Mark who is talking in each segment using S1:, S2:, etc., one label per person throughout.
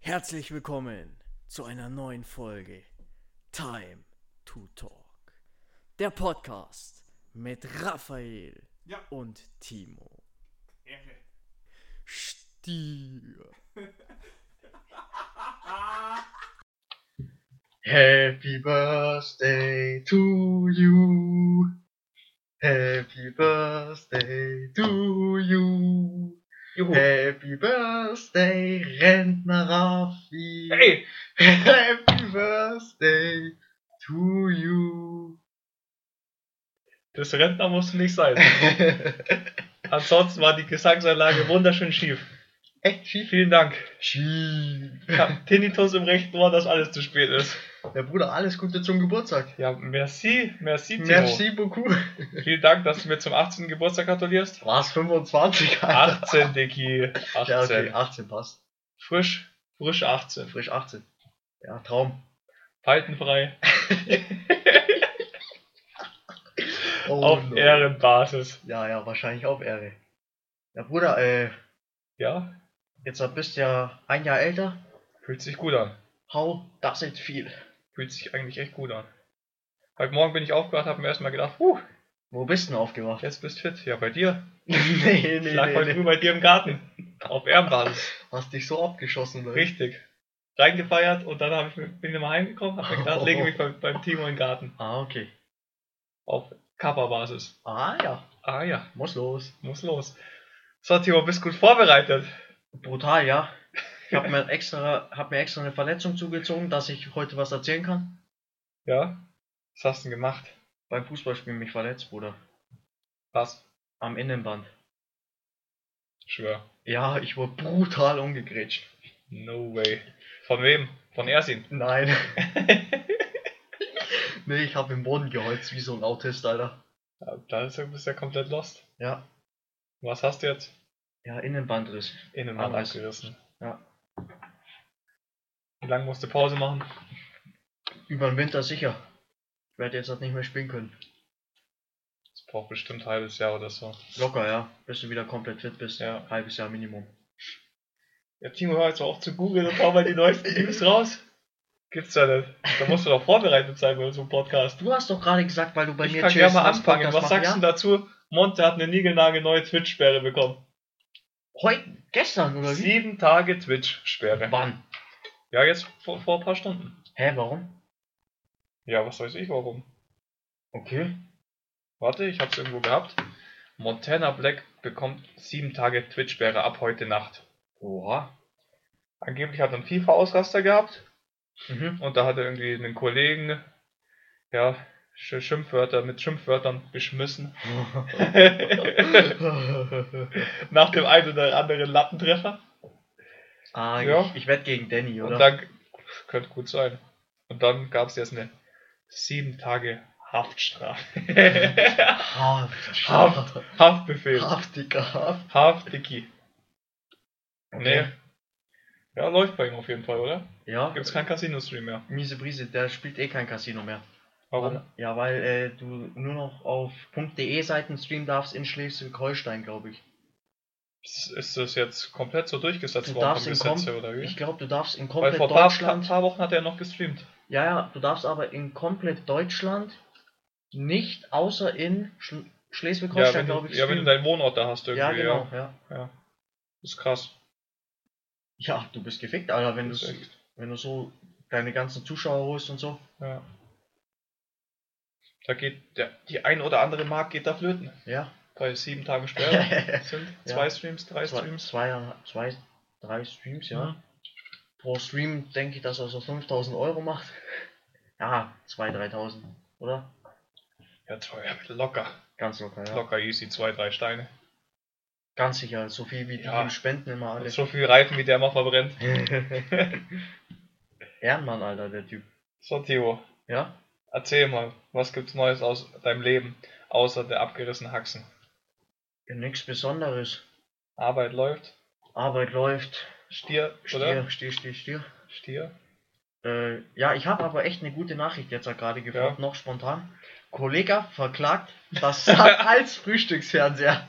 S1: Herzlich willkommen zu einer neuen Folge Time to Talk. Der Podcast mit Raphael
S2: Ja.
S1: und Timo
S2: Ehre.
S1: Stier.
S3: Happy birthday to you. Happy birthday to you. Happy birthday, Rentner Raffi.
S2: Hey!
S3: Happy birthday to you.
S2: Das Rentner musste nicht sein. Ansonsten war die Gesangsanlage wunderschön schief.
S3: Echt schief?
S2: Vielen Dank. Ich
S3: Schief.
S2: hab Tinnitus im rechten Ohr, dass alles zu spät ist.
S3: Der Bruder, alles Gute zum Geburtstag.
S2: Ja, merci, merci, Timo.
S3: Merci beaucoup.
S2: Vielen Dank, dass du mir zum 18. Geburtstag gratulierst.
S3: War's 25, Alter?
S2: 18, Dicky. 18.
S3: Ja, okay, 18 passt.
S2: Frisch, frisch 18.
S3: Frisch 18. Ja, Traum.
S2: Faltenfrei,
S3: Oh,
S2: auf
S3: no.
S2: Ehrenbasis.
S3: Ja, ja, wahrscheinlich auf Ehre. Ja, Bruder, äh,
S2: Ja,
S3: jetzt bist du ja ein Jahr älter.
S2: fühlt sich gut an.
S3: Hau, das ist viel.
S2: Fühlt sich eigentlich echt gut an. Heute Morgen bin ich aufgewacht, hab mir erstmal gedacht, huh,
S3: Wo bist du denn aufgewacht?
S2: jetzt bist fit. Ja, bei dir.
S3: nee, nee,
S2: Ich lag heute
S3: nee, nee.
S2: früh bei dir im Garten. Auf Ehrenbasis.
S3: Hast dich so abgeschossen, Leute.
S2: Richtig. Reingefeiert und dann hab ich, mit- bin ich mal heimgekommen, hab mir gedacht, lege
S3: Oh.
S2: mich beim, beim Timo im Garten.
S3: Ah, okay.
S2: Auf Kappa-Basis.
S3: Ah, ja,
S2: Ah ja,
S3: muss los.
S2: muss los. So, Timo, bist gut vorbereitet.
S3: Brutal, ja. Ich hab mir extra, hab mir extra eine Verletzung zugezogen, dass ich heute was erzählen kann.
S2: Ja? Was hast du denn gemacht?
S3: Beim Fußballspielen mich verletzt, Bruder.
S2: Was?
S3: Am Innenband.
S2: Schwör.
S3: Ja, ich wurde brutal umgegrätscht.
S2: No way. Von wem? Von Ersin.
S3: Nein. nee, ich hab im Boden geholzt, wie so ein Autist, Alter.
S2: Ja, Da ist- bist du ja komplett lost.
S3: Ja,
S2: Was hast du jetzt?
S3: Ja, Innenbandriss.
S2: Innenmann
S3: Alles.
S2: abgerissen.
S3: Ja.
S2: Wie lange musst du Pause machen?
S3: Über den Winter sicher. Ich werde jetzt halt nicht mehr spielen können.
S2: Das braucht bestimmt ein halbes Jahr oder so.
S3: Locker, ja. Bis du wieder komplett fit bist.
S2: Ja.
S3: Halbes Jahr Minimum.
S2: Ja, Timo, hör jetzt mal auf zu googeln und hau mal die neuesten News raus. Gibt's ja nicht. Da musst du doch vorbereitet sein bei so einem Podcast.
S3: Du hast doch gerade gesagt, weil du bei
S2: ich
S3: mir
S2: kann gerne mal
S3: dass ich
S2: anfangen.
S3: Podcast
S2: Was
S3: mache,
S2: sagst
S3: ja?
S2: du dazu? Monte hat eine niegelnagelneue Twitch-Sperre bekommen.
S3: Heute, gestern oder wie?
S2: Sieben Tage Twitch-Sperre.
S3: Wann?
S2: Ja, jetzt vor, vor ein paar Stunden.
S3: Hä, warum?
S2: Ja, was weiß ich warum.
S3: Okay.
S2: Warte, ich hab's irgendwo gehabt. Montana Black bekommt sieben Tage Twitch-Sperre ab heute Nacht.
S3: Oha.
S2: Angeblich hat er einen FIFA-Ausraster gehabt.
S3: Mhm.
S2: Und da hat er irgendwie einen Kollegen, ja, Sch- Schimpfwörter mit Schimpfwörtern beschmissen. Nach dem einen oder anderen Lattentreffer.
S3: ah,
S2: Ja.
S3: ich, ich werde gegen Danny, oder?
S2: Und dann, könnte gut sein. Und dann gab es jetzt eine sieben Tage Haftstrafe. Ah.
S3: Haft.
S2: Haft. Haftbefehl.
S3: Haft, Digga, Haft.
S2: Haft, Dicky. Nee. Ja, läuft bei ihm auf jeden Fall, oder?
S3: Ja.
S2: Gibt es keinen Casino-Stream mehr.
S3: Miese Brise, der spielt eh kein Casino mehr.
S2: Warum?
S3: Weil- Ja, weil äh, du nur noch auf .de Seiten streamen darfst in Schleswig-Holstein, glaube ich.
S2: Ist ist das jetzt komplett so durchgesetzt
S3: Du
S2: worden
S3: darfst
S2: vom
S3: in kom
S2: Gesetz her, oder wie?
S3: ich glaube, du darfst in
S2: Weil
S3: komplett
S2: vor paar, paar,
S3: Deutschland.
S2: paar Wochen hat er noch gestreamt.
S3: Ja, ja, du darfst aber in komplett Deutschland nicht außer in Schl
S2: Ja,
S3: Schleswig-Holstein,
S2: wenn, du,
S3: glaube ich.
S2: ja wenn du
S3: streamen.
S2: deinen Wohnort da hast irgendwie.
S3: ja, genau, ja. ja.
S2: Ja. Ist krass.
S3: du bist gefickt, Alter, wenn du
S2: Ist echt.
S3: wenn du so deine ganzen Zuschauer holst und so.
S2: Ja. Da geht der, die ein oder andere Mark geht da flöten.
S3: Ja.
S2: Bei sieben Tagen Sperre
S3: zwei,
S2: sind
S3: Ja.
S2: zwei Streams, drei Streams.
S3: zwei, zwei, drei Streams, ja.
S2: Mhm.
S3: Pro Stream denke ich, dass er so 5000 Euro macht. Ja, 2.000, 3.000, oder?
S2: Ja, toll, ja, locker.
S3: Ganz locker, ja.
S2: Locker easy, zwei, drei Steine.
S3: Ganz sicher, so viel wie die
S2: Ja. Also-
S3: ihm spenden immer
S2: Und
S3: alles.
S2: so viel Reifen, wie der immer verbrennt.
S3: Ehrenmann, Alter, der Typ.
S2: So, Theo,
S3: Ja?
S2: erzähl mal, was gibt's Neues aus deinem Leben, außer der abgerissenen Haxen?
S3: Ja, Nix Besonderes.
S2: Arbeit läuft,
S3: Arbeit läuft.
S2: Stier, oder?
S3: Stier, Stier, Stier, Stier.
S2: Stier.
S3: Äh, ja, ich habe aber echt eine gute Nachricht jetzt gerade gefragt, noch spontan. Kollege verklagt das Sat als Frühstücksfernseher.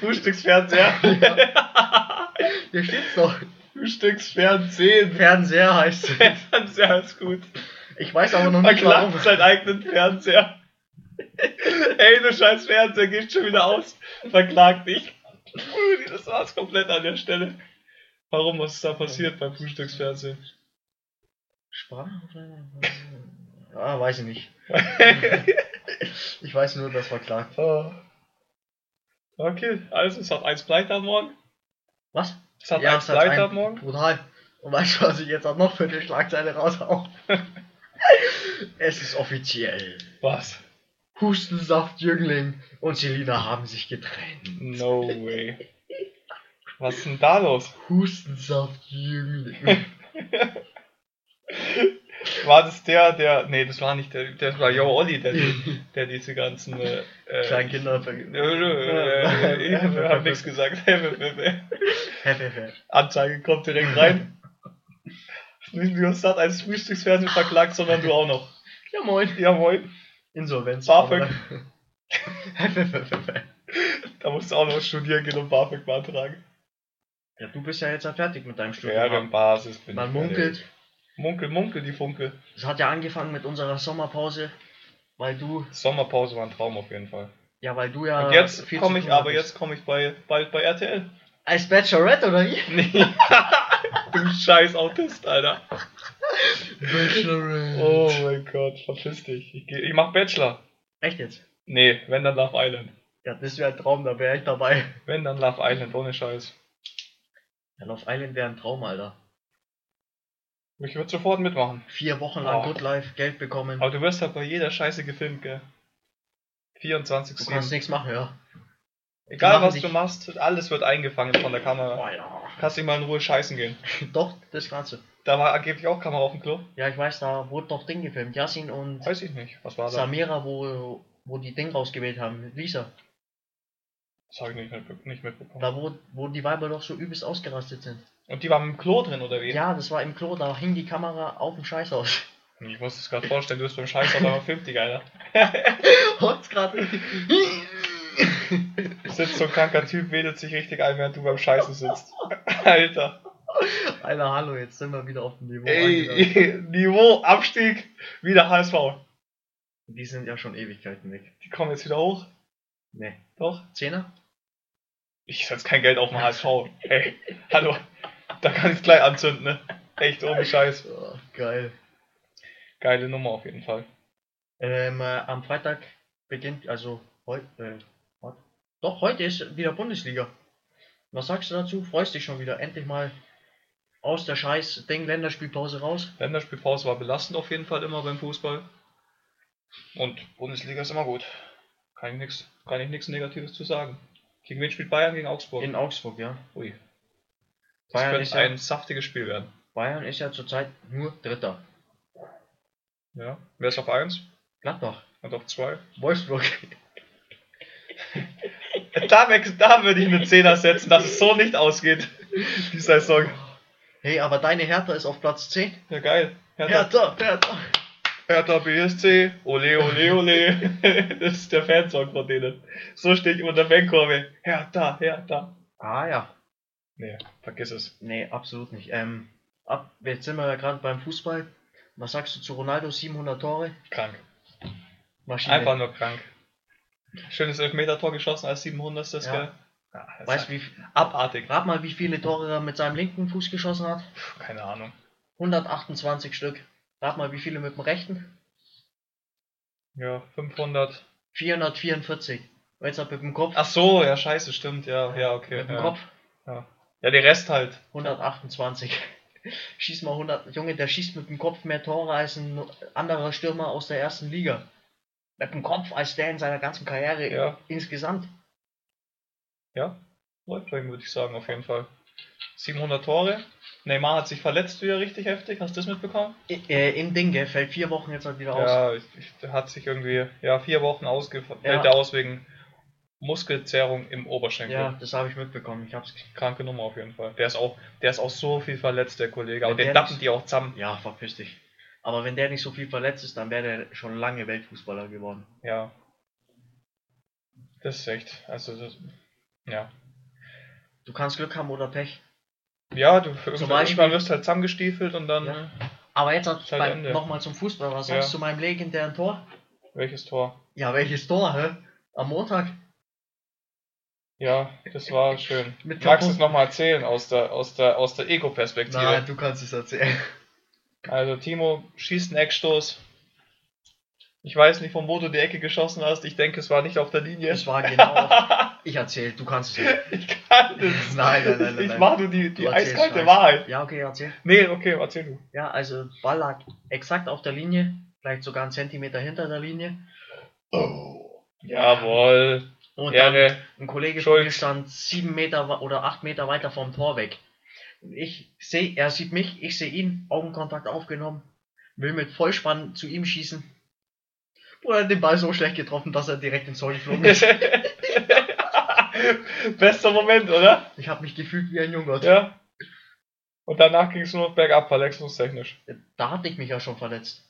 S2: Frühstücksfernseher.
S3: Hier steht's doch.
S2: Du steckst Fernsehen.
S3: Fernseher heißt es.
S2: Fernseher ist gut.
S3: Ich weiß aber noch
S2: Man
S3: nicht Hm, warum.
S2: klappt seinen eigenen Fernseher. Ey, du scheiß Fernseher, geht schon wieder aus. Verklag dich. Das war's komplett an der Stelle. Warum, was ist da passiert beim Frühstücksfernsehen?
S3: Sprache? Ah, weiß ich nicht. Ich weiß nur, dass verklagt.
S2: Ah. okay, also es hat eins pleite am Morgen.
S3: Was?
S2: Es hat
S3: Ja,
S2: eins
S3: es hat
S2: pleite
S3: ein-
S2: am Morgen.
S3: Brutal. Und weißt du, was ich jetzt auch noch für eine Schlagzeile raushau? es ist offiziell.
S2: Was?
S3: Hustensaft Jüngling und Selina haben sich getrennt.
S2: No way. Was ist denn da los?
S3: Hustensaft Jüngling.
S2: War das der, der. Nee, das war nicht der. Das war Yo Olli, der, der diese ganzen. Äh, äh,
S3: Kleinen Kinder
S2: Nö, nö, äh, ich hab nichts gesagt.
S3: vergessen.
S2: Anzeige kommt direkt rein. Nicht nur Sat als Frühstücksfernsehen verklagt, sondern du auch noch.
S3: Ja moin.
S2: Ja moin,
S3: Insolvenz.
S2: BAföG.
S3: aber-
S2: Da musst du auch noch studieren gehen und BAföG beantragen.
S3: ja, du bist ja jetzt ja fertig mit deinem Studium.
S2: Wäre Basis bin
S3: Man
S2: ich
S3: munkelt,
S2: Munkel, munkel, die Funke.
S3: es hat ja angefangen mit unserer Sommerpause, weil du,
S2: Sommerpause war ein Traum auf jeden Fall.
S3: ja, weil du ja.
S2: Und jetzt
S3: Ah, viel
S2: komme
S3: zu
S2: ich,
S3: tun
S2: aber
S3: hattest.
S2: jetzt komme ich bei, bald bei RTL.
S3: Als Bachelorette oder wie?
S2: Nee. du scheiß Autist, Alter.
S3: Bachelorette.
S2: Oh mein Gott, verpiss dich. Ich, geh, ich mach Bachelor.
S3: Echt jetzt?
S2: Nee, wenn dann Love Island.
S3: Ja, das wäre ein Traum, da wäre ich dabei.
S2: Wenn dann Love Island, ohne Scheiß.
S3: Ja, Love Island wäre ein Traum, Alter.
S2: Ich würde sofort mitmachen.
S3: Vier Wochen lang
S2: Oh.
S3: Good Life, Geld bekommen.
S2: Aber du wirst halt bei jeder Scheiße gefilmt, gell?
S3: Du
S2: 24
S3: kannst nichts machen, ja.
S2: Egal
S3: machen
S2: was
S3: dich-
S2: du machst, alles wird eingefangen von der Kamera.
S3: Oh, ja.
S2: Kannst dich mal in Ruhe scheißen gehen.
S3: Doch, das Ganze.
S2: Da war angeblich auch Kamera auf dem Klo.
S3: Ja, ich weiß, da wurde doch Ding gefilmt. Yasin und
S2: Weiß ich nicht. Was war da?
S3: Samira, wo, wo die Ding rausgewählt haben. Lisa.
S2: Das habe ich nicht, mitbe- nicht mitbekommen.
S3: Da, wo, wo die Weiber doch so übelst ausgerastet sind.
S2: Und die waren im Klo drin, oder wie?
S3: Ja, das war im Klo, da hing die Kamera auf dem Scheißhaus.
S2: Hm, Ich muss es gerade vorstellen, du bist beim Scheiß, aber filmt die Geiler.
S3: Holz gerade.
S2: Sitzt so ein kranker Typ, wedelt sich richtig ein, während du beim Scheißen sitzt. Alter.
S3: Alter, hallo, jetzt sind wir wieder auf dem Niveau. angelangt.
S2: Ey, Niveau, Abstieg, wieder HSV.
S3: Die sind ja schon Ewigkeiten weg.
S2: Die kommen jetzt wieder hoch.
S3: Nee.
S2: Doch.
S3: Zehner?
S2: Ich setz kein Geld auf den HSV. Ey, hallo. Da kann ich gleich anzünden, ne? Echt ohne Scheiß.
S3: Oh, geil.
S2: Geile Nummer auf jeden Fall.
S3: Ähm, äh, am Freitag beginnt, also heute, äh, wat? doch, heute ist wieder Bundesliga. Was sagst du dazu? Freust dich schon wieder endlich mal aus der scheiß Ding-Länderspielpause raus?
S2: Länderspielpause war belastend auf jeden Fall immer beim Fußball. Und Bundesliga ist immer gut. Kann ich nichts kann ich nichts Negatives zu sagen. Gegen wen spielt Bayern? Gegen Augsburg.
S3: In Augsburg, ja.
S2: Ui. Das
S3: Bayern ist
S2: könnte
S3: ja-
S2: ein saftiges Spiel werden.
S3: Bayern ist ja zurzeit nur Dritter.
S2: Ja. Wer ist auf 1
S3: Gladbach,
S2: und auf 2?
S3: Wolfsburg.
S2: Da, wechs- da würde ich einen Zehner setzen, dass es so nicht ausgeht. Die Saison.
S3: Hey, aber deine Hertha ist auf Platz 10.
S2: Ja, geil. Hertha,
S3: Hertha, Hertha.
S2: Hertha BSC. Ole, ole, ole. Das ist der Fansong von denen. So stehe ich immer in der Fankurve. Hertha, Hertha.
S3: Ah ja.
S2: Nee, vergiss es.
S3: Nee, absolut nicht. Ähm, ab, jetzt sind wir ja gerade beim Fußball. Was sagst du zu Ronaldo? 700 Tore?
S2: Krank.
S3: Maschine.
S2: Einfach nur krank. Schönes Elfmeter-Tor geschossen als 700. Das
S3: Ja.
S2: gell? Ja, das
S3: Weißt
S2: ist
S3: wie,
S2: abartig.
S3: rat mal, wie viele Tore er mit seinem linken Fuß geschossen hat?
S2: Puh, keine Ahnung.
S3: 128 Stück. Rat mal, wie viele mit dem rechten?
S2: Ja, 500.
S3: 444. Und jetzt hat mit dem Kopf.
S2: Ach so, ja, scheiße, stimmt. Ja, ja, okay.
S3: mit dem
S2: Ja,
S3: Kopf
S2: ja der Rest halt.
S3: 128. Schieß mal 100. Junge, der schießt mit dem Kopf mehr Tore als ein anderer Stürmer aus der ersten Liga. Mit dem Kopf als der in seiner ganzen Karriere
S2: Ja.
S3: insgesamt.
S2: Ja, läuft bei ihm, würde ich sagen, auf jeden Fall. 700 Tore. Neymar hat sich verletzt wieder richtig heftig. Hast du das mitbekommen?
S3: I- Äh, Im Ding, gell, fällt vier Wochen jetzt halt wieder aus.
S2: Ja, ich, ich, der hat sich irgendwie ja, vier Wochen ausgefällt.
S3: Ja.
S2: Ja. aus wegen Muskelzerrung im Oberschenkel.
S3: Ja, das habe ich mitbekommen. Ich hab's.
S2: Kranke Nummer auf jeden Fall. Der ist auch, der ist auch so viel verletzt, der Kollege. Aber
S3: Wenn der
S2: den dappen
S3: nicht-
S2: die auch zusammen.
S3: Ja, verpiss dich. Aber wenn der nicht so viel verletzt ist, dann wäre der schon lange Weltfußballer geworden.
S2: Ja. Das ist echt. Also das, ja.
S3: Du kannst Glück haben oder Pech.
S2: Ja, du irgendwann,
S3: Beispiel-
S2: irgendwann wirst du halt zusammengestiefelt und dann.
S3: Ja. Aber jetzt halt
S2: Ist halt
S3: beim,
S2: Ähm, Ende.
S3: nochmal zum Fußball. Was sagst
S2: Ja.
S3: du zu meinem legendären Tor?
S2: Welches Tor?
S3: Ja, welches Tor, hä? Am Montag?
S2: Ja, das war schön.
S3: Mit
S2: Magst du es
S3: Kapo-
S2: nochmal erzählen aus der, aus der, aus der Ego-Perspektive?
S3: Nein, du kannst es erzählen.
S2: Also Timo schießt einen Eckstoß. Ich weiß nicht, von wo du die Ecke geschossen hast. Ich denke, es war nicht auf der Linie.
S3: Es war genau. auf- ich erzähl, du kannst es erzählen.
S2: Ich kann das.
S3: Nein, nein, nein, nein,
S2: Ich
S3: nein.
S2: mache nur die, die
S3: Du erzählst
S2: eiskalte
S3: Scheiße.
S2: Wahrheit.
S3: Ja, okay, erzähl.
S2: Nee, okay, erzähl du.
S3: Ja, also Ball lag exakt auf der Linie, vielleicht sogar einen Zentimeter hinter der Linie.
S2: Jawohl.
S3: Und
S2: Ehre.
S3: Ein Kollege
S2: Schuld.
S3: von mir stand sieben Meter wa- oder acht Meter weiter vom Tor weg. Und Ich sehe, er sieht mich, ich sehe ihn, Augenkontakt aufgenommen, will mit Vollspann zu ihm schießen. Oder hat den Ball so schlecht getroffen, dass er direkt ins Tor geflogen ist.
S2: Bester Moment, oder?
S3: Ich habe mich gefühlt wie ein Junggott.
S2: Ja. Und danach ging es nur noch bergab, verletzungstechnisch.
S3: Da hatte ich mich ja schon verletzt.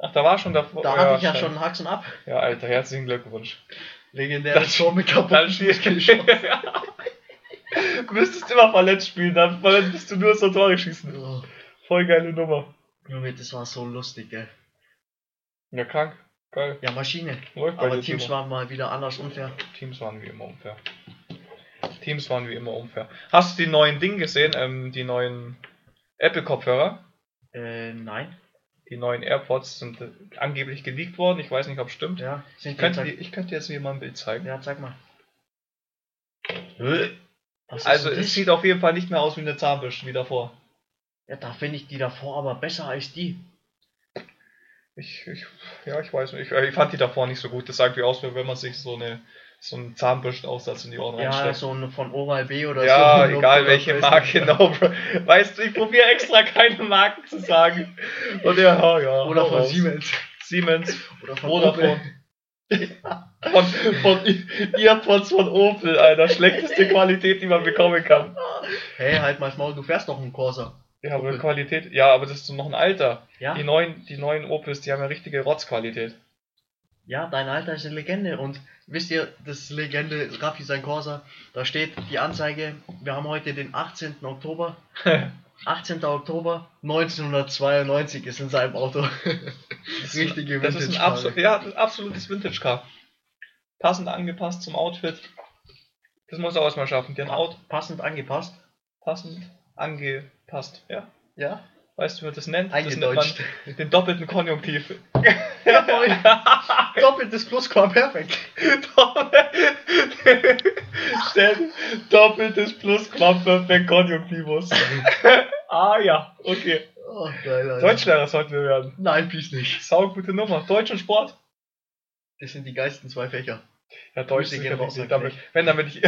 S2: Ach, da war schon davor.
S3: Da hatte ich ja
S2: scheiße.
S3: schon einen Haxen ab.
S2: Ja, Alter, herzlichen Glückwunsch.
S3: Legendäres
S2: Das-
S3: Tor mit kaputt.
S2: Dann Du müsstest immer verletzt spielen, dann bist du nur so Tore schießen.
S3: Oh,
S2: Voll geile Nummer.
S3: Junge, das war so lustig, gell.
S2: Ja, krank. Geil.
S3: Ja, Maschine.
S2: Läuft bei
S3: Aber
S2: dir,
S3: Teams
S2: Timo.
S3: waren mal wieder anders unfair.
S2: Teams waren wie immer unfair. Teams waren wie immer unfair. Hast du die neuen Dinge gesehen? Ähm, die neuen Apple-Kopfhörer?
S3: Äh, nein.
S2: Die neuen AirPods sind äh, angeblich geleakt worden. Ich weiß nicht, ob es stimmt.
S3: Ja,
S2: Ich könnte, dir- ich könnte jetzt hier mal ein Bild zeigen.
S3: Ja, zeig mal. Was ist
S2: Also
S3: denn das?
S2: es sieht auf jeden Fall nicht mehr aus wie eine Zahnbürste wie davor.
S3: Ja, da finde ich die davor aber besser als die.
S2: Ich, ich, ja, ich weiß nicht. Ich, ich fand die davor nicht so gut. Das sagt wie aus, wie wenn man sich so eine so einen Zahnbürstenaufsatz in die Ohren
S3: Ja,
S2: reinsteckt.
S3: so eine von Oral B oder
S2: Ja,
S3: so.
S2: egal welche Marke, no, bro. Weißt du, ich probiere extra keine Marken zu sagen. Und ja, ja, ja.
S3: Oder
S2: hau
S3: von
S2: raus.
S3: Siemens.
S2: Siemens.
S3: Oder von
S2: Vodafone. Von, von I- Earpods von Opel, Alter. Schlechteste Qualität, die man bekommen kann.
S3: Hey, halt mal das Maul, du fährst doch einen Corsa.
S2: Ja, aber
S3: Opel.
S2: Qualität, ja, aber das ist noch ein Alter.
S3: Ja,
S2: Die neuen, die neuen Opels, die haben ja richtige Rotzqualität.
S3: ja, dein Alter ist eine Legende. Und wisst ihr, das ist Legende, Raffi sein Corsa, da steht die Anzeige, wir haben heute den 18. Oktober. 18. Oktober 1992 ist in seinem Auto.
S2: Das
S3: Richtige
S2: ist, das ist ein
S3: Vintage-Karre.
S2: absol ja, das ist ein absolutes Vintage-Car. Passend angepasst zum Outfit. Das muss auch erstmal schaffen. Die haben Out
S3: Passend angepasst.
S2: passend angepasst. Ja.
S3: Ja.
S2: Weißt du, wie man das nennt? Das nennt man
S3: Eingedeutscht.
S2: den doppelten Konjunktiv.
S3: Doppeltes Plusquam, perfekt.
S2: Denn doppeltes Plusquamperfekt Konjunktivus. ah ja, okay.
S3: Oh, geil, Alter.
S2: Deutschlehrer sollten wir werden.
S3: Nein, Peace nicht.
S2: Sau gute Nummer. Deutsch und Sport.
S3: Das sind die geilsten zwei Fächer.
S2: Ja, Deutsch
S3: Grüße
S2: ist
S3: gehen
S2: ja
S3: raus
S2: nicht.
S3: an
S2: Damit, wenn, dann würde ich,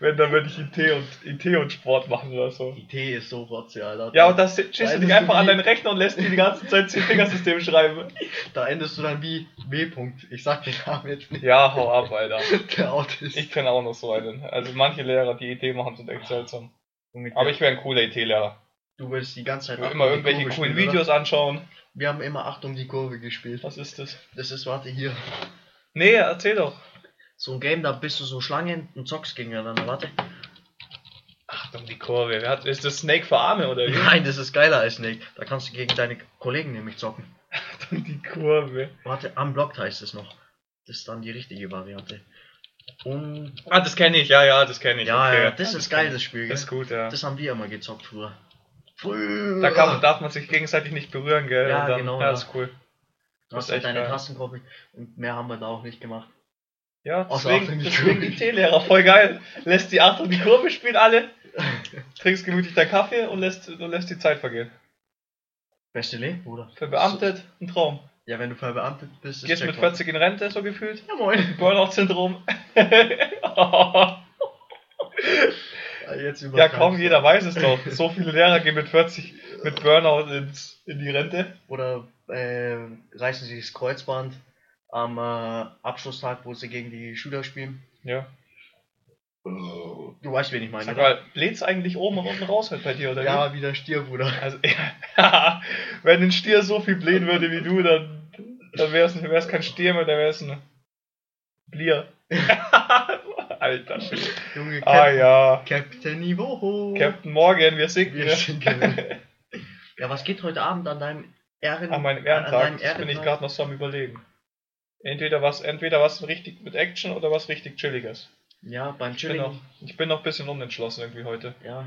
S2: wenn, dann würde ich IT und, IT und Sport machen oder so.
S3: Die T ist so rotze, Alter.
S2: Ja, und
S3: da,
S2: das schießt du
S3: Bist
S2: dich
S3: du
S2: einfach an
S3: wie-
S2: deinen Rechner und lässt die die ganze Zeit C-Fingersystem schreiben.
S3: da endest du dann wie W. -Punkt. Ich sag den Namen jetzt nicht.
S2: Ja, hau ab, Alter.
S3: Der Autist.
S2: Ich kenne auch noch so einen. Also manche Lehrer, die IT machen, sind echt seltsam.
S3: Junge,
S2: Aber ich wäre ein cooler IT-Lehrer.
S3: du willst die ganze Zeit
S2: Ich würde
S3: Achtung,
S2: immer
S3: die
S2: irgendwelche
S3: Kurve
S2: coolen
S3: spielen, oder?
S2: Videos anschauen.
S3: Wir haben immer Achtung um die Kurve gespielt.
S2: Was ist das?
S3: Das ist, warte, hier.
S2: Nee, erzähl doch.
S3: So ein Game, da bist du so Schlangen und zockst gegeneinander. Warte.
S2: Achtung, die Kurve. Wer hat, ist das Snake für Arme oder wie?
S3: Nein, das ist geiler als Snake. Da kannst du gegen deine Kollegen nämlich zocken.
S2: Achtung, die Kurve.
S3: Warte, unblocked heißt es noch. Das ist dann die richtige Variante. Und
S2: Ah, das kenne ich. Ja, ja, das kenne ich.
S3: ja,
S2: okay.
S3: ja, das ist geil, das Spiel. Gell?
S2: Das ist gut, ja.
S3: Das haben wir immer gezockt früher. Früher.
S2: Da kann, man- darf man sich gegenseitig nicht berühren, gell?
S3: Ja,
S2: Und dann,
S3: genau,
S2: Ja,
S3: ja.
S2: das ist cool.
S3: Du hast
S2: Das ist
S3: halt
S2: echt
S3: deine
S2: geil.
S3: Tastenkoppel und mehr haben wir da auch nicht gemacht.
S2: Ja,
S3: Außer
S2: deswegen,
S3: Achtung, die
S2: deswegen
S3: Kurve.
S2: IT-Lehrer, voll geil. Lässt die Achtung, die Kurve spielen alle. Trinkst gemütlich deinen Kaffee und lässt, und lässt die Zeit vergehen.
S3: Beste Leben, Bruder.
S2: Verbeamtet, ein Traum.
S3: So, ja, wenn du verbeamtet bist, ist
S2: Gehst mit
S3: Jackpot.
S2: 40 in Rente, so gefühlt.
S3: Ja, moin.
S2: Burnout-Syndrom.
S3: Ja, Jetzt
S2: ja, kaum jeder weiß es doch. So viele Lehrer gehen mit 40 mit Burnout ins, in die Rente.
S3: Oder äh, reißen sie das Kreuzband am äh, Abschlusstag, wo sie gegen die Schüler spielen.
S2: Ja.
S3: Du weißt, wen ich meine.
S2: Sag
S3: Oder?
S2: mal, bläht's eigentlich oben und unten raus halt bei dir, oder wie?
S3: Ja, wieder Stier, Bruder.
S2: Also, ja, wenn ein Stier so viel blähen würde wie du, dann, dann wäre es wär's kein Stier mehr, dann wäre es ein Blier. Alter.
S3: Junge, Cap
S2: Ah ja.
S3: Captain Ivoho.
S2: Captain Morgan, wir sinken.
S3: Wir singen. ja, was geht heute Abend an deinem Ehren...
S2: An meinem
S3: an
S2: Ehrentag
S3: deinem
S2: das bin ich
S3: Ehrentag?
S2: gerade noch so am überlegen. Entweder was, entweder was richtig mit Action oder was richtig Chilliges.
S3: Ja, beim
S2: Ich bin,
S3: Chilling.
S2: noch, ich bin noch ein bisschen unentschlossen irgendwie heute.
S3: Ja.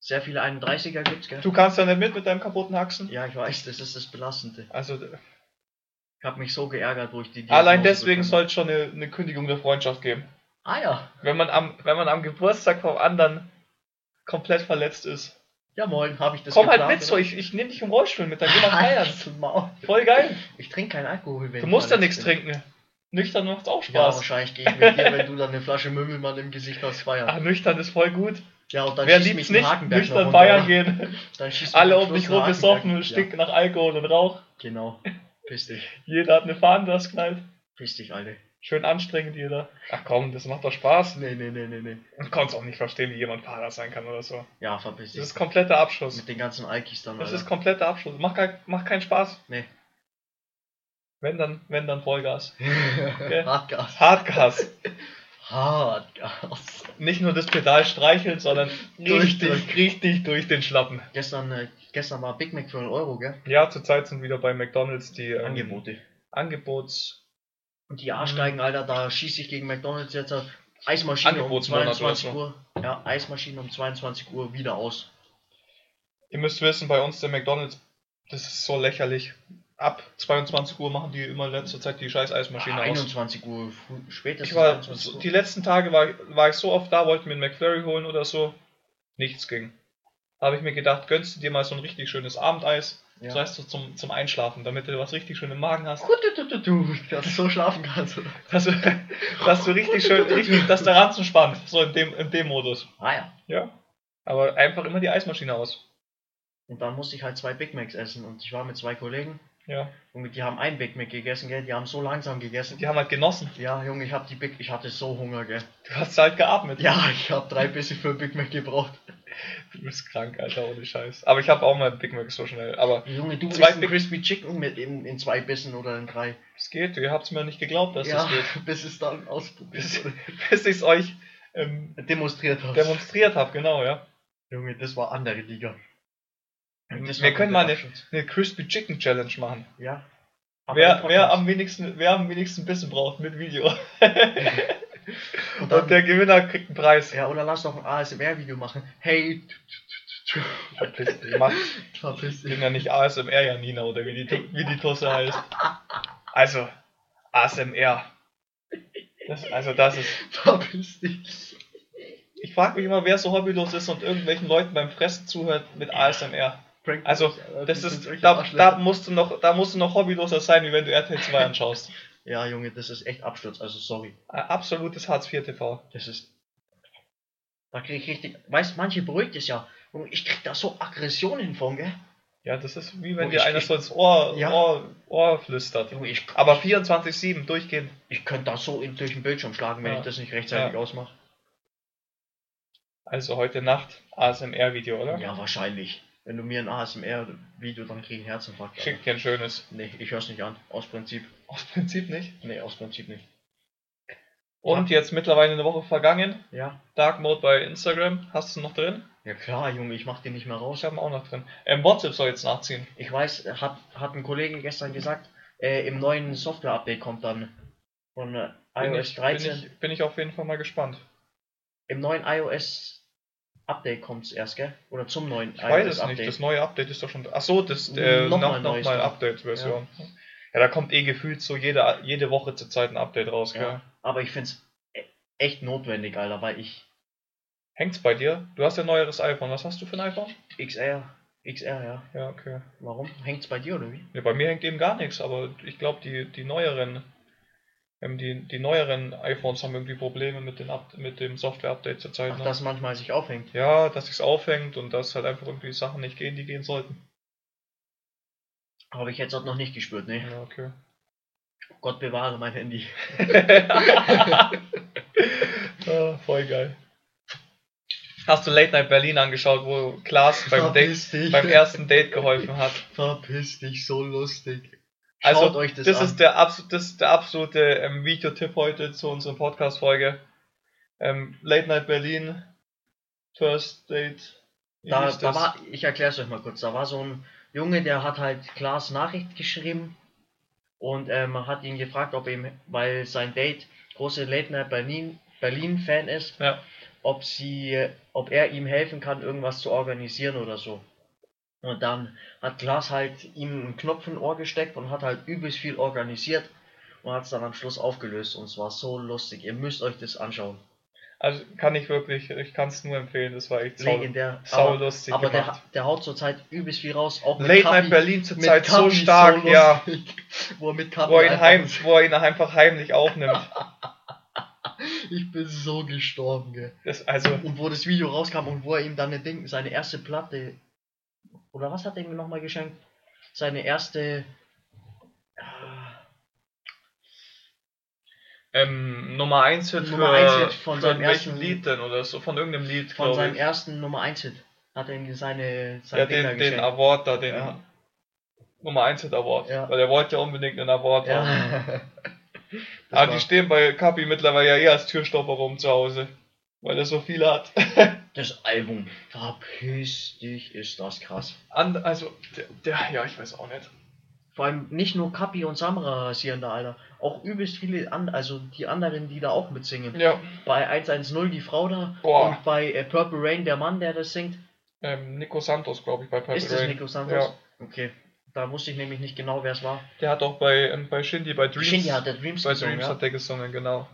S3: Sehr viele 31er gibt's, gell?
S2: Du kannst ja nicht mit mit deinem kaputten Haxen.
S3: Ja, ich weiß, das ist das Belastende.
S2: Also
S3: Ich hab mich so geärgert, wo ich die
S2: allein
S3: Diagnose
S2: deswegen
S3: bekommen
S2: soll es schon eine, eine Kündigung der Freundschaft geben.
S3: hab. Ah ja.
S2: Wenn man am, wenn man am Geburtstag vom anderen komplett verletzt ist.
S3: Ja moin, hab ich das
S2: Komm halt
S3: geplant,
S2: mit so,
S3: oder?
S2: ich, ich nehme dich im Rollstuhl mit, dann geh mal feiern.
S3: Halt's Maul.
S2: Voll geil.
S3: Ich trinke keinen Alkohol, wenn ich
S2: Du musst ja
S3: verletzt
S2: nichts
S3: bin.
S2: trinken. Nüchtern macht's auch
S3: Ja,
S2: Spaß.
S3: wahrscheinlich gehe ich mit dir, wenn du dann eine Flasche Mümmelmann im Gesicht hast,
S2: Ach,
S3: feiern.
S2: Ah, nüchtern ist voll gut.
S3: Ja, und dann
S2: Wer
S3: schießt
S2: liebt's
S3: mich ein
S2: nicht,
S3: Hakenberg noch
S2: nüchtern
S3: runter,
S2: feiern
S3: oder?
S2: gehen.
S3: Dann schießt mich
S2: Alle
S3: am
S2: um dich
S3: Schluss ein
S2: rum besoffen
S3: Hakenberg.
S2: und stinkt nach Alkohol und Rauch.
S3: Ja, genau. Piss dich.
S2: Jeder hat eine Fahne, das knallt.
S3: Piss dich, Alter.
S2: Schön anstrengend jeder. Ach komm, das macht doch Spaß.
S3: Nee, nee, nee, nee, nee.
S2: Ich konnte auch nicht verstehen, wie jemand Fahrer sein kann oder so.
S3: Ja, verpiss
S2: Das
S3: dich.
S2: ist kompletter Abschuss.
S3: Mit den ganzen Alkis dann,
S2: Das
S3: Alter.
S2: ist kompletter Abschuss. Macht, kein, macht keinen Spaß.
S3: Nee.
S2: Wenn dann, wenn dann Vollgas.
S3: Hardgas.
S2: Hardgas.
S3: Hardgas.
S2: Nicht nur das Pedal streicheln, sondern richtig,
S3: Durchdrücken.
S2: richtig durch den Schlappen.
S3: Gestern, äh, gestern war Big Mac für einen Euro, gell?
S2: Ja, zurzeit sind wieder bei McDonalds die ähm, Angebots
S3: Und die
S2: Mhm.
S3: Arschgeigen, Alter, da schieße ich gegen McDonalds jetzt halt Eismaschine um
S2: Angebotsmonat oder
S3: 22
S2: so.
S3: Uhr. Ja, Eismaschine um 22 Uhr wieder aus.
S2: Ihr müsst wissen, bei uns der McDonalds, das ist so lächerlich. Ab 22 Uhr machen die immer in letzter Zeit die scheiß Eismaschine
S3: Ah,
S2: aus.
S3: 21 Uhr früh, spätestens
S2: Ich war,
S3: 21
S2: so-
S3: Uhr.
S2: die letzten Tage war, war ich so oft da, wollte mir einen McFlurry holen oder so. Nichts ging. Habe ich mir gedacht, gönnst du dir mal so ein richtig schönes Abendeis.
S3: Ja.
S2: Das heißt so zum, zum Einschlafen, damit du was richtig schön im Magen hast.
S3: Gut, du, du, du, du, dass du so schlafen kannst. oder?
S2: Dass du, dass du richtig schön, richtig, dass der Ranzen spannt. So in dem, in dem Modus.
S3: Ah ja.
S2: Ja. Aber einfach immer die Eismaschine aus.
S3: Und dann musste ich halt zwei Big Macs essen und ich war mit zwei Kollegen
S2: Ja.
S3: und die haben ein Big Mac gegessen, gell? Die haben so langsam gegessen.
S2: Die haben halt genossen.
S3: Ja, Junge, ich hab die Big, ich hatte so Hunger, gell?
S2: Du hast halt geatmet.
S3: Ja, ich hab drei Bisse für Big Mac gebraucht.
S2: Du bist krank, Alter, ohne Scheiß. Aber ich habe auch mal Big Mac so schnell. Aber
S3: Junge, du
S2: Zwei
S3: zwei isst ein
S2: Big-
S3: Crispy Chicken mit in, in zwei Bissen oder in drei.
S2: es geht, ihr habt es mir nicht geglaubt, dass
S3: ja,
S2: es geht.
S3: bis es dann ausprobiert
S2: Bis,
S3: wurde.
S2: bis ich es euch ähm,
S3: Demonstriert hast.
S2: demonstriert habe, genau, ja.
S3: Junge, das war andere Liga. Das
S2: Wir
S3: war
S2: können mal
S3: komplett
S2: eine, eine Crispy Chicken Challenge machen.
S3: absch- Ja.
S2: Wer,
S3: Aber-
S2: wer, am wenigsten, wer am wenigsten Bissen braucht mit Video.
S3: Und dann-
S2: Und der Gewinner kriegt einen Preis.
S3: Ja, oder lass doch ein ASMR-Video machen. Hey, t- t- t-
S2: Verpiss dich, Mann.
S3: t- verpiss
S2: Ich
S3: dich.
S2: bin ja nicht ASMR Janina oder wie die, Tu- wie die Tusse heißt. Also, ASMR. Das, also das ist.
S3: Verpiss dich.
S2: Ich frage mich immer, wer so hobbylos ist und irgendwelchen Leuten beim Fressen zuhört mit ASMR.
S3: Prank-
S2: Also,
S3: Alter,
S2: das
S3: die
S2: ist,
S3: sind solche
S2: da, da,
S3: Arschlöcher.
S2: musst du noch, da musst du noch hobbyloser sein, wie wenn du RTL 2 anschaust.
S3: Ja, Junge, das ist echt Absturz. Also, sorry.
S2: Ein Absolutes Hartz IV TV.
S3: Das ist. Da krieg ich richtig. Weißt manche beruhigt es ja. Junge, ich krieg da so Aggressionen von, gell?
S2: Ja, das ist wie wenn
S3: Oh,
S2: dir
S3: ich-
S2: einer
S3: ich-
S2: so ins Ohr,
S3: Ja.
S2: Ohr, Ohr flüstert.
S3: Junge, ich,
S2: Aber 24-7 durchgehend.
S3: ich könnte da so in, durch den Bildschirm schlagen, wenn
S2: Ja.
S3: ich das nicht rechtzeitig
S2: Ja.
S3: ausmache.
S2: Also heute Nacht ASMR-Video, oder?
S3: Ja, wahrscheinlich. Wenn du mir ein ASMR-Video, dann krieg ich einen Herzinfarkt. Alter.
S2: Schick dir ein schönes.
S3: Nee, ich hör's nicht an. Aus Prinzip.
S2: Aus Prinzip nicht.
S3: Nee, aus Prinzip nicht.
S2: Und jetzt mittlerweile eine Woche vergangen.
S3: Ja.
S2: Dark Mode bei Instagram. Hast du noch drin?
S3: Ja klar, Junge, ich mach den nicht mehr raus.
S2: Ich habe ihn auch noch drin. Ähm, WhatsApp soll jetzt nachziehen.
S3: Ich weiß, hat, hat ein Kollege gestern gesagt, äh, im neuen Software-Update kommt dann von äh,
S2: Bin
S3: iOS
S2: ich,
S3: 13.
S2: Bin ich, bin ich auf jeden Fall mal gespannt.
S3: Im neuen iOS-Update kommt's erst, gell? Oder zum neuen
S2: Ich weiß es nicht. Das neue Update ist doch schon. Ach so, das äh,
S3: Nochmal
S2: nochmal
S3: ein
S2: noch,
S3: neues
S2: mal
S3: dann.
S2: Update-Version. Ja. da kommt eh gefühlt so jede, jede Woche zurzeit ein Update raus.
S3: ja.
S2: Ja.
S3: Aber ich find's e- echt notwendig, Alter, weil ich
S2: Hängt's bei dir? Du hast ja ein neueres iPhone. Was hast du für ein iPhone?
S3: XR, XR, ja.
S2: Ja, okay.
S3: Warum? Hängt's bei dir oder wie?
S2: Ja, bei mir hängt eben gar nichts, aber ich glaube, die, die neueren. ähm, Die, die neueren iPhones haben irgendwie Probleme mit, den Up mit dem Software-Update zurzeit.
S3: Ach,
S2: ne?
S3: dass manchmal sich aufhängt.
S2: Ja, dass sich's aufhängt und dass halt einfach irgendwie Sachen nicht gehen, die gehen sollten.
S3: Habe ich jetzt auch noch nicht gespürt, ne?
S2: Ja, okay.
S3: Gott bewahre mein Handy.
S2: Ah, voll geil. Hast du Late Night Berlin angeschaut, wo Klaas beim, Date,
S3: dich.
S2: beim ersten Date geholfen hat?
S3: Verpiss dich, so lustig.
S2: Also,
S3: Schaut euch das,
S2: Das
S3: an.
S2: ist der, absol das ist der absolute ähm, Videotipp heute zu unserer Podcast-Folge. Ähm, Late Night Berlin, First Date. Wie
S3: da,
S2: hieß
S3: da
S2: das?
S3: war, ich erkläre es euch mal kurz. Da war so ein Junge, der hat halt Klaas Nachricht geschrieben und ähm, hat ihn gefragt, ob ihm, weil sein Date große Late Night Berlin Berlin Fan ist,
S2: Ja.
S3: ob sie, ob er ihm helfen kann, irgendwas zu organisieren oder so. Und dann hat Klaas halt ihm einen Knopf in Ohr gesteckt und hat halt übelst viel organisiert und hat es dann am Schluss aufgelöst und es war so lustig. Ihr müsst euch das anschauen.
S2: Also, kann ich wirklich, ich kann es nur empfehlen, das war echt sau,
S3: Legendär.
S2: sau
S3: aber-
S2: lustig
S3: Aber der,
S2: gemacht.
S3: ha- der haut zurzeit übelst viel raus. Auch mit
S2: Late
S3: Kapi,
S2: Night Berlin
S3: mit
S2: zurzeit so
S3: Kapi
S2: stark,
S3: lustig,
S2: ja.
S3: Wo er mit Kapi
S2: Wo er, ihn
S3: einfach-
S2: heim, wo er ihn einfach heimlich aufnimmt.
S3: Ich bin so gestorben, gell.
S2: Das, also,
S3: Und wo das Video rauskam und wo er ihm dann den Ding, seine erste Platte. Oder was hat er ihm nochmal geschenkt? Seine erste.
S2: ähm, Nummer 1 Hit
S3: Nummer
S2: für,
S3: eins Hit von
S2: für
S3: seinem
S2: welchen
S3: ersten-
S2: Lied denn oder so, von irgendeinem Lied,
S3: Von
S2: glaube
S3: seinem
S2: ich.
S3: ersten Nummer 1 Hit. Hat er ihm seine. Sein
S2: Ja,
S3: Ding da
S2: den, den
S3: geschenkt.
S2: Award da, den
S3: Ja.
S2: Nummer 1 Hit Award.
S3: Ja.
S2: Weil er wollte ja unbedingt einen Award haben.
S3: Ja. Das war-
S2: Ah, die stehen bei Kapi mittlerweile ja eh als Türstopper rum zu Hause. Weil er so viele hat.
S3: das Album. Verpiss dich, ist das krass.
S2: And, also, der, der, ja, ich weiß auch nicht.
S3: Vor allem nicht nur Kapi und Samra rasieren da, Alter. Auch übelst viele, an also die anderen, die da auch mitsingen.
S2: Ja,
S3: Bei 110 die Frau da
S2: Boah.
S3: und bei äh, Purple Rain der Mann, der das singt.
S2: ähm, Nico Santos, glaube ich, bei Purple
S3: ist das
S2: Rain.
S3: Nico Santos?
S2: Ja.
S3: Okay. Da wusste ich nämlich nicht genau, wer es war.
S2: Der hat auch bei, ähm, bei Shindy, bei Dreams,
S3: Shindy hat der Dreams
S2: bei
S3: gesungen,
S2: Dreams
S3: ja.
S2: hat der gesungen, genau.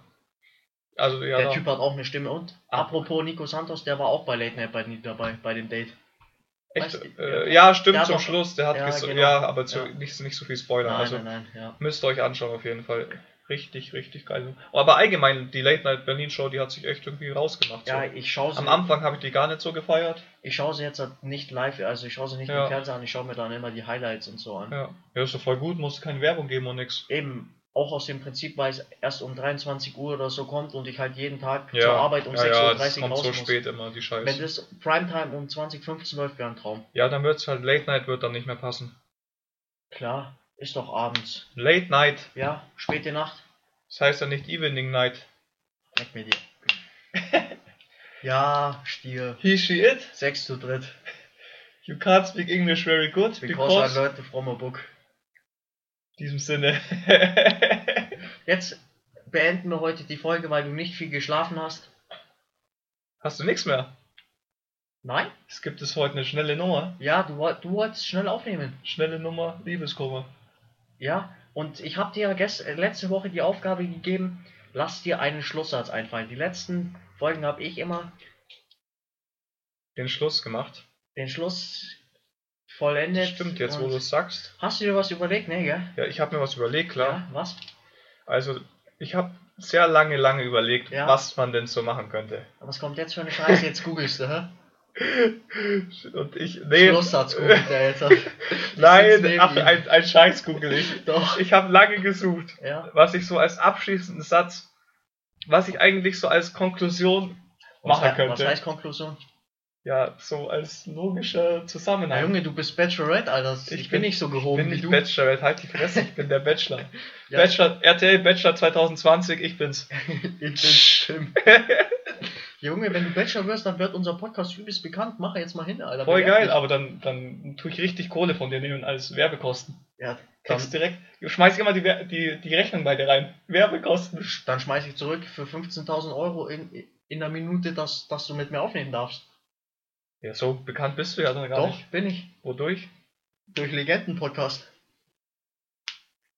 S2: Also, ja, Ah.
S3: Der
S2: da-
S3: Typ hat auch eine Stimme. Und apropos Nico Santos, der war auch bei Late Night bei, dabei, bei dem Date.
S2: echt,
S3: weißt du,
S2: äh, ja,
S3: der
S2: stimmt,
S3: hat
S2: zum
S3: auch-
S2: Schluss, der hat
S3: ja,
S2: gesungen,
S3: genau.
S2: ja, aber zu,
S3: Ja.
S2: Nicht, nicht so viel Spoiler,
S3: nein,
S2: also,
S3: nein, nein, ja.
S2: müsst ihr euch anschauen auf jeden Fall. Richtig, richtig geil. Aber allgemein, die Late Night Berlin Show, die hat sich echt irgendwie rausgemacht.
S3: Ja,
S2: so.
S3: ich schaue sie,
S2: Am Anfang habe ich die gar nicht so gefeiert.
S3: ich schaue sie jetzt halt nicht live, also ich schaue sie nicht
S2: Ja.
S3: im Fernsehen an, ich schaue mir dann immer die Highlights und so an.
S2: Ja. ja, ist doch voll gut, muss keine Werbung geben und nix.
S3: Eben, auch aus dem Prinzip, weil es erst um 23 Uhr oder so kommt und ich halt jeden Tag
S2: Ja,
S3: zur Arbeit um
S2: ja,
S3: 6.30
S2: ja,
S3: Uhr
S2: das kommt
S3: raus
S2: so
S3: muss.
S2: spät immer, die Scheiße.
S3: Wenn das Primetime um 20.15 läuft, wäre ein Traum.
S2: ja, dann wird's halt Late Night wird dann nicht mehr passen.
S3: Klar, ist doch abends.
S2: Late Night,
S3: Ja, späte Nacht,
S2: das heißt ja nicht Evening Night.
S3: weg mit dir. ja, Stier.
S2: He, she, it.
S3: 6 zu dritt.
S2: You can't speak English very good
S3: Because, I
S2: because...
S3: learned the from a book.
S2: in diesem Sinne.
S3: Jetzt beenden wir heute die Folge, weil du nicht viel geschlafen hast.
S2: Hast du nichts mehr?
S3: Nein?
S2: Es gibt es heute eine schnelle Nummer.
S3: Ja, du, woll- du wolltest schnell aufnehmen.
S2: Schnelle Nummer, Liebeskummer.
S3: Ja, und ich habe dir gest äh, letzte Woche die Aufgabe gegeben, lass dir einen Schlusssatz einfallen. Die letzten Folgen habe ich immer
S2: Den Schluss gemacht.
S3: den Schluss
S2: Das
S3: vollendet.
S2: stimmt jetzt, wo
S3: und-
S2: du es sagst.
S3: Hast du dir was überlegt? Nee, gell?
S2: Ja, ich habe mir was überlegt, klar.
S3: Ja, was?
S2: Also, ich habe sehr lange, lange überlegt,
S3: Ja.
S2: was man denn so machen könnte.
S3: Was kommt jetzt für eine Scheiße? Jetzt googelst du, hä?
S2: Und ich, nee,
S3: Schlusssatz googelt er jetzt. Ich sitz
S2: nein,
S3: neben
S2: ach,
S3: ihm.
S2: ein, ein Scheiß google ich.
S3: Doch.
S2: Ich habe lange gesucht,
S3: Ja.
S2: was ich so als abschließenden Satz, was ich eigentlich so als Konklusion
S3: Was,
S2: machen
S3: hei-
S2: könnte.
S3: was heißt Konklusion?
S2: ja, so als logischer
S3: Na
S2: Zusammenhang.
S3: Junge, du bist Bachelorette, Alter. Ich, bin, nicht so
S2: ich
S3: gehoben
S2: bin
S3: wie
S2: nicht
S3: du.
S2: Bachelor, halt die Fresse, ich bin der Bachelor.
S3: Ja.
S2: Bachelor, RTL Bachelor 2020, ich bin's.
S3: ich bin schlimm. Junge, wenn du Bachelor wirst, dann wird unser Podcast übelst bekannt. Mach jetzt mal hin, Alter.
S2: Voll
S3: Bewerb
S2: geil,
S3: dich.
S2: aber dann, dann tue ich richtig Kohle von dir nehmen als Werbekosten.
S3: Ja, dann,
S2: Kriegst direkt, schmeiß immer die, Wer- die, die Rechnung bei dir rein. Werbekosten.
S3: dann schmeiß ich zurück für 15.000 Euro in, in der Minute, dass, dass du mit mir aufnehmen darfst.
S2: Ja, so bekannt bist du ja dann gar
S3: Doch,
S2: nicht.
S3: bin ich.
S2: Wodurch?
S3: Durch Legenden-Podcast.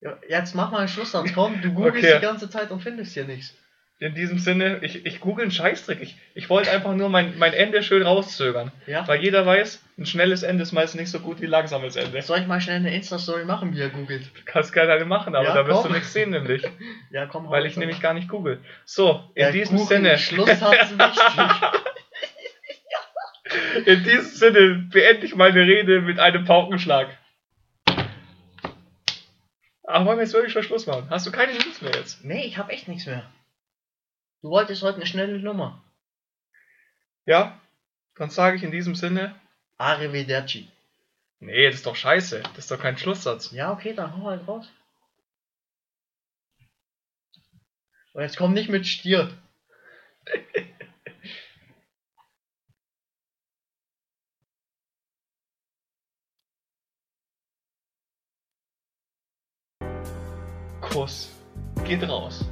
S3: Ja, jetzt mach mal einen Schlusssatz, komm. Du googelst
S2: Okay.
S3: die ganze Zeit und findest hier nichts.
S2: In diesem Sinne, ich, ich google einen Scheißtrick. Ich, ich wollte einfach nur mein, mein Ende schön rauszögern.
S3: Ja?
S2: Weil jeder weiß, ein schnelles Ende ist meist nicht so gut wie ein langsames Ende.
S3: Soll ich mal schnell eine Insta-Story machen, wie er googelt?
S2: Kannst gerne eine machen, aber
S3: Ja,
S2: da wirst
S3: komm.
S2: du nichts sehen, nämlich.
S3: Ja, komm, hau
S2: Weil
S3: jetzt
S2: ich
S3: an.
S2: nämlich gar nicht google. So, in
S3: Der
S2: diesem
S3: Kuchen-
S2: Sinne,
S3: Schlusssatz wichtig.
S2: in diesem Sinne beende ich meine Rede mit einem Paukenschlag. Ach, wollen wir jetzt wirklich schon Schluss machen? Hast du keine News mehr jetzt?
S3: Nee, ich hab echt nichts mehr. Du wolltest heute eine schnelle Nummer.
S2: Ja? Dann sage ich in diesem Sinne,
S3: Arrivederci.
S2: Nee, das ist doch scheiße. Das ist doch kein Schlusssatz.
S3: Ja, okay, dann hau halt raus. Und jetzt komm nicht mit Stier.
S2: Kuss. Geht raus.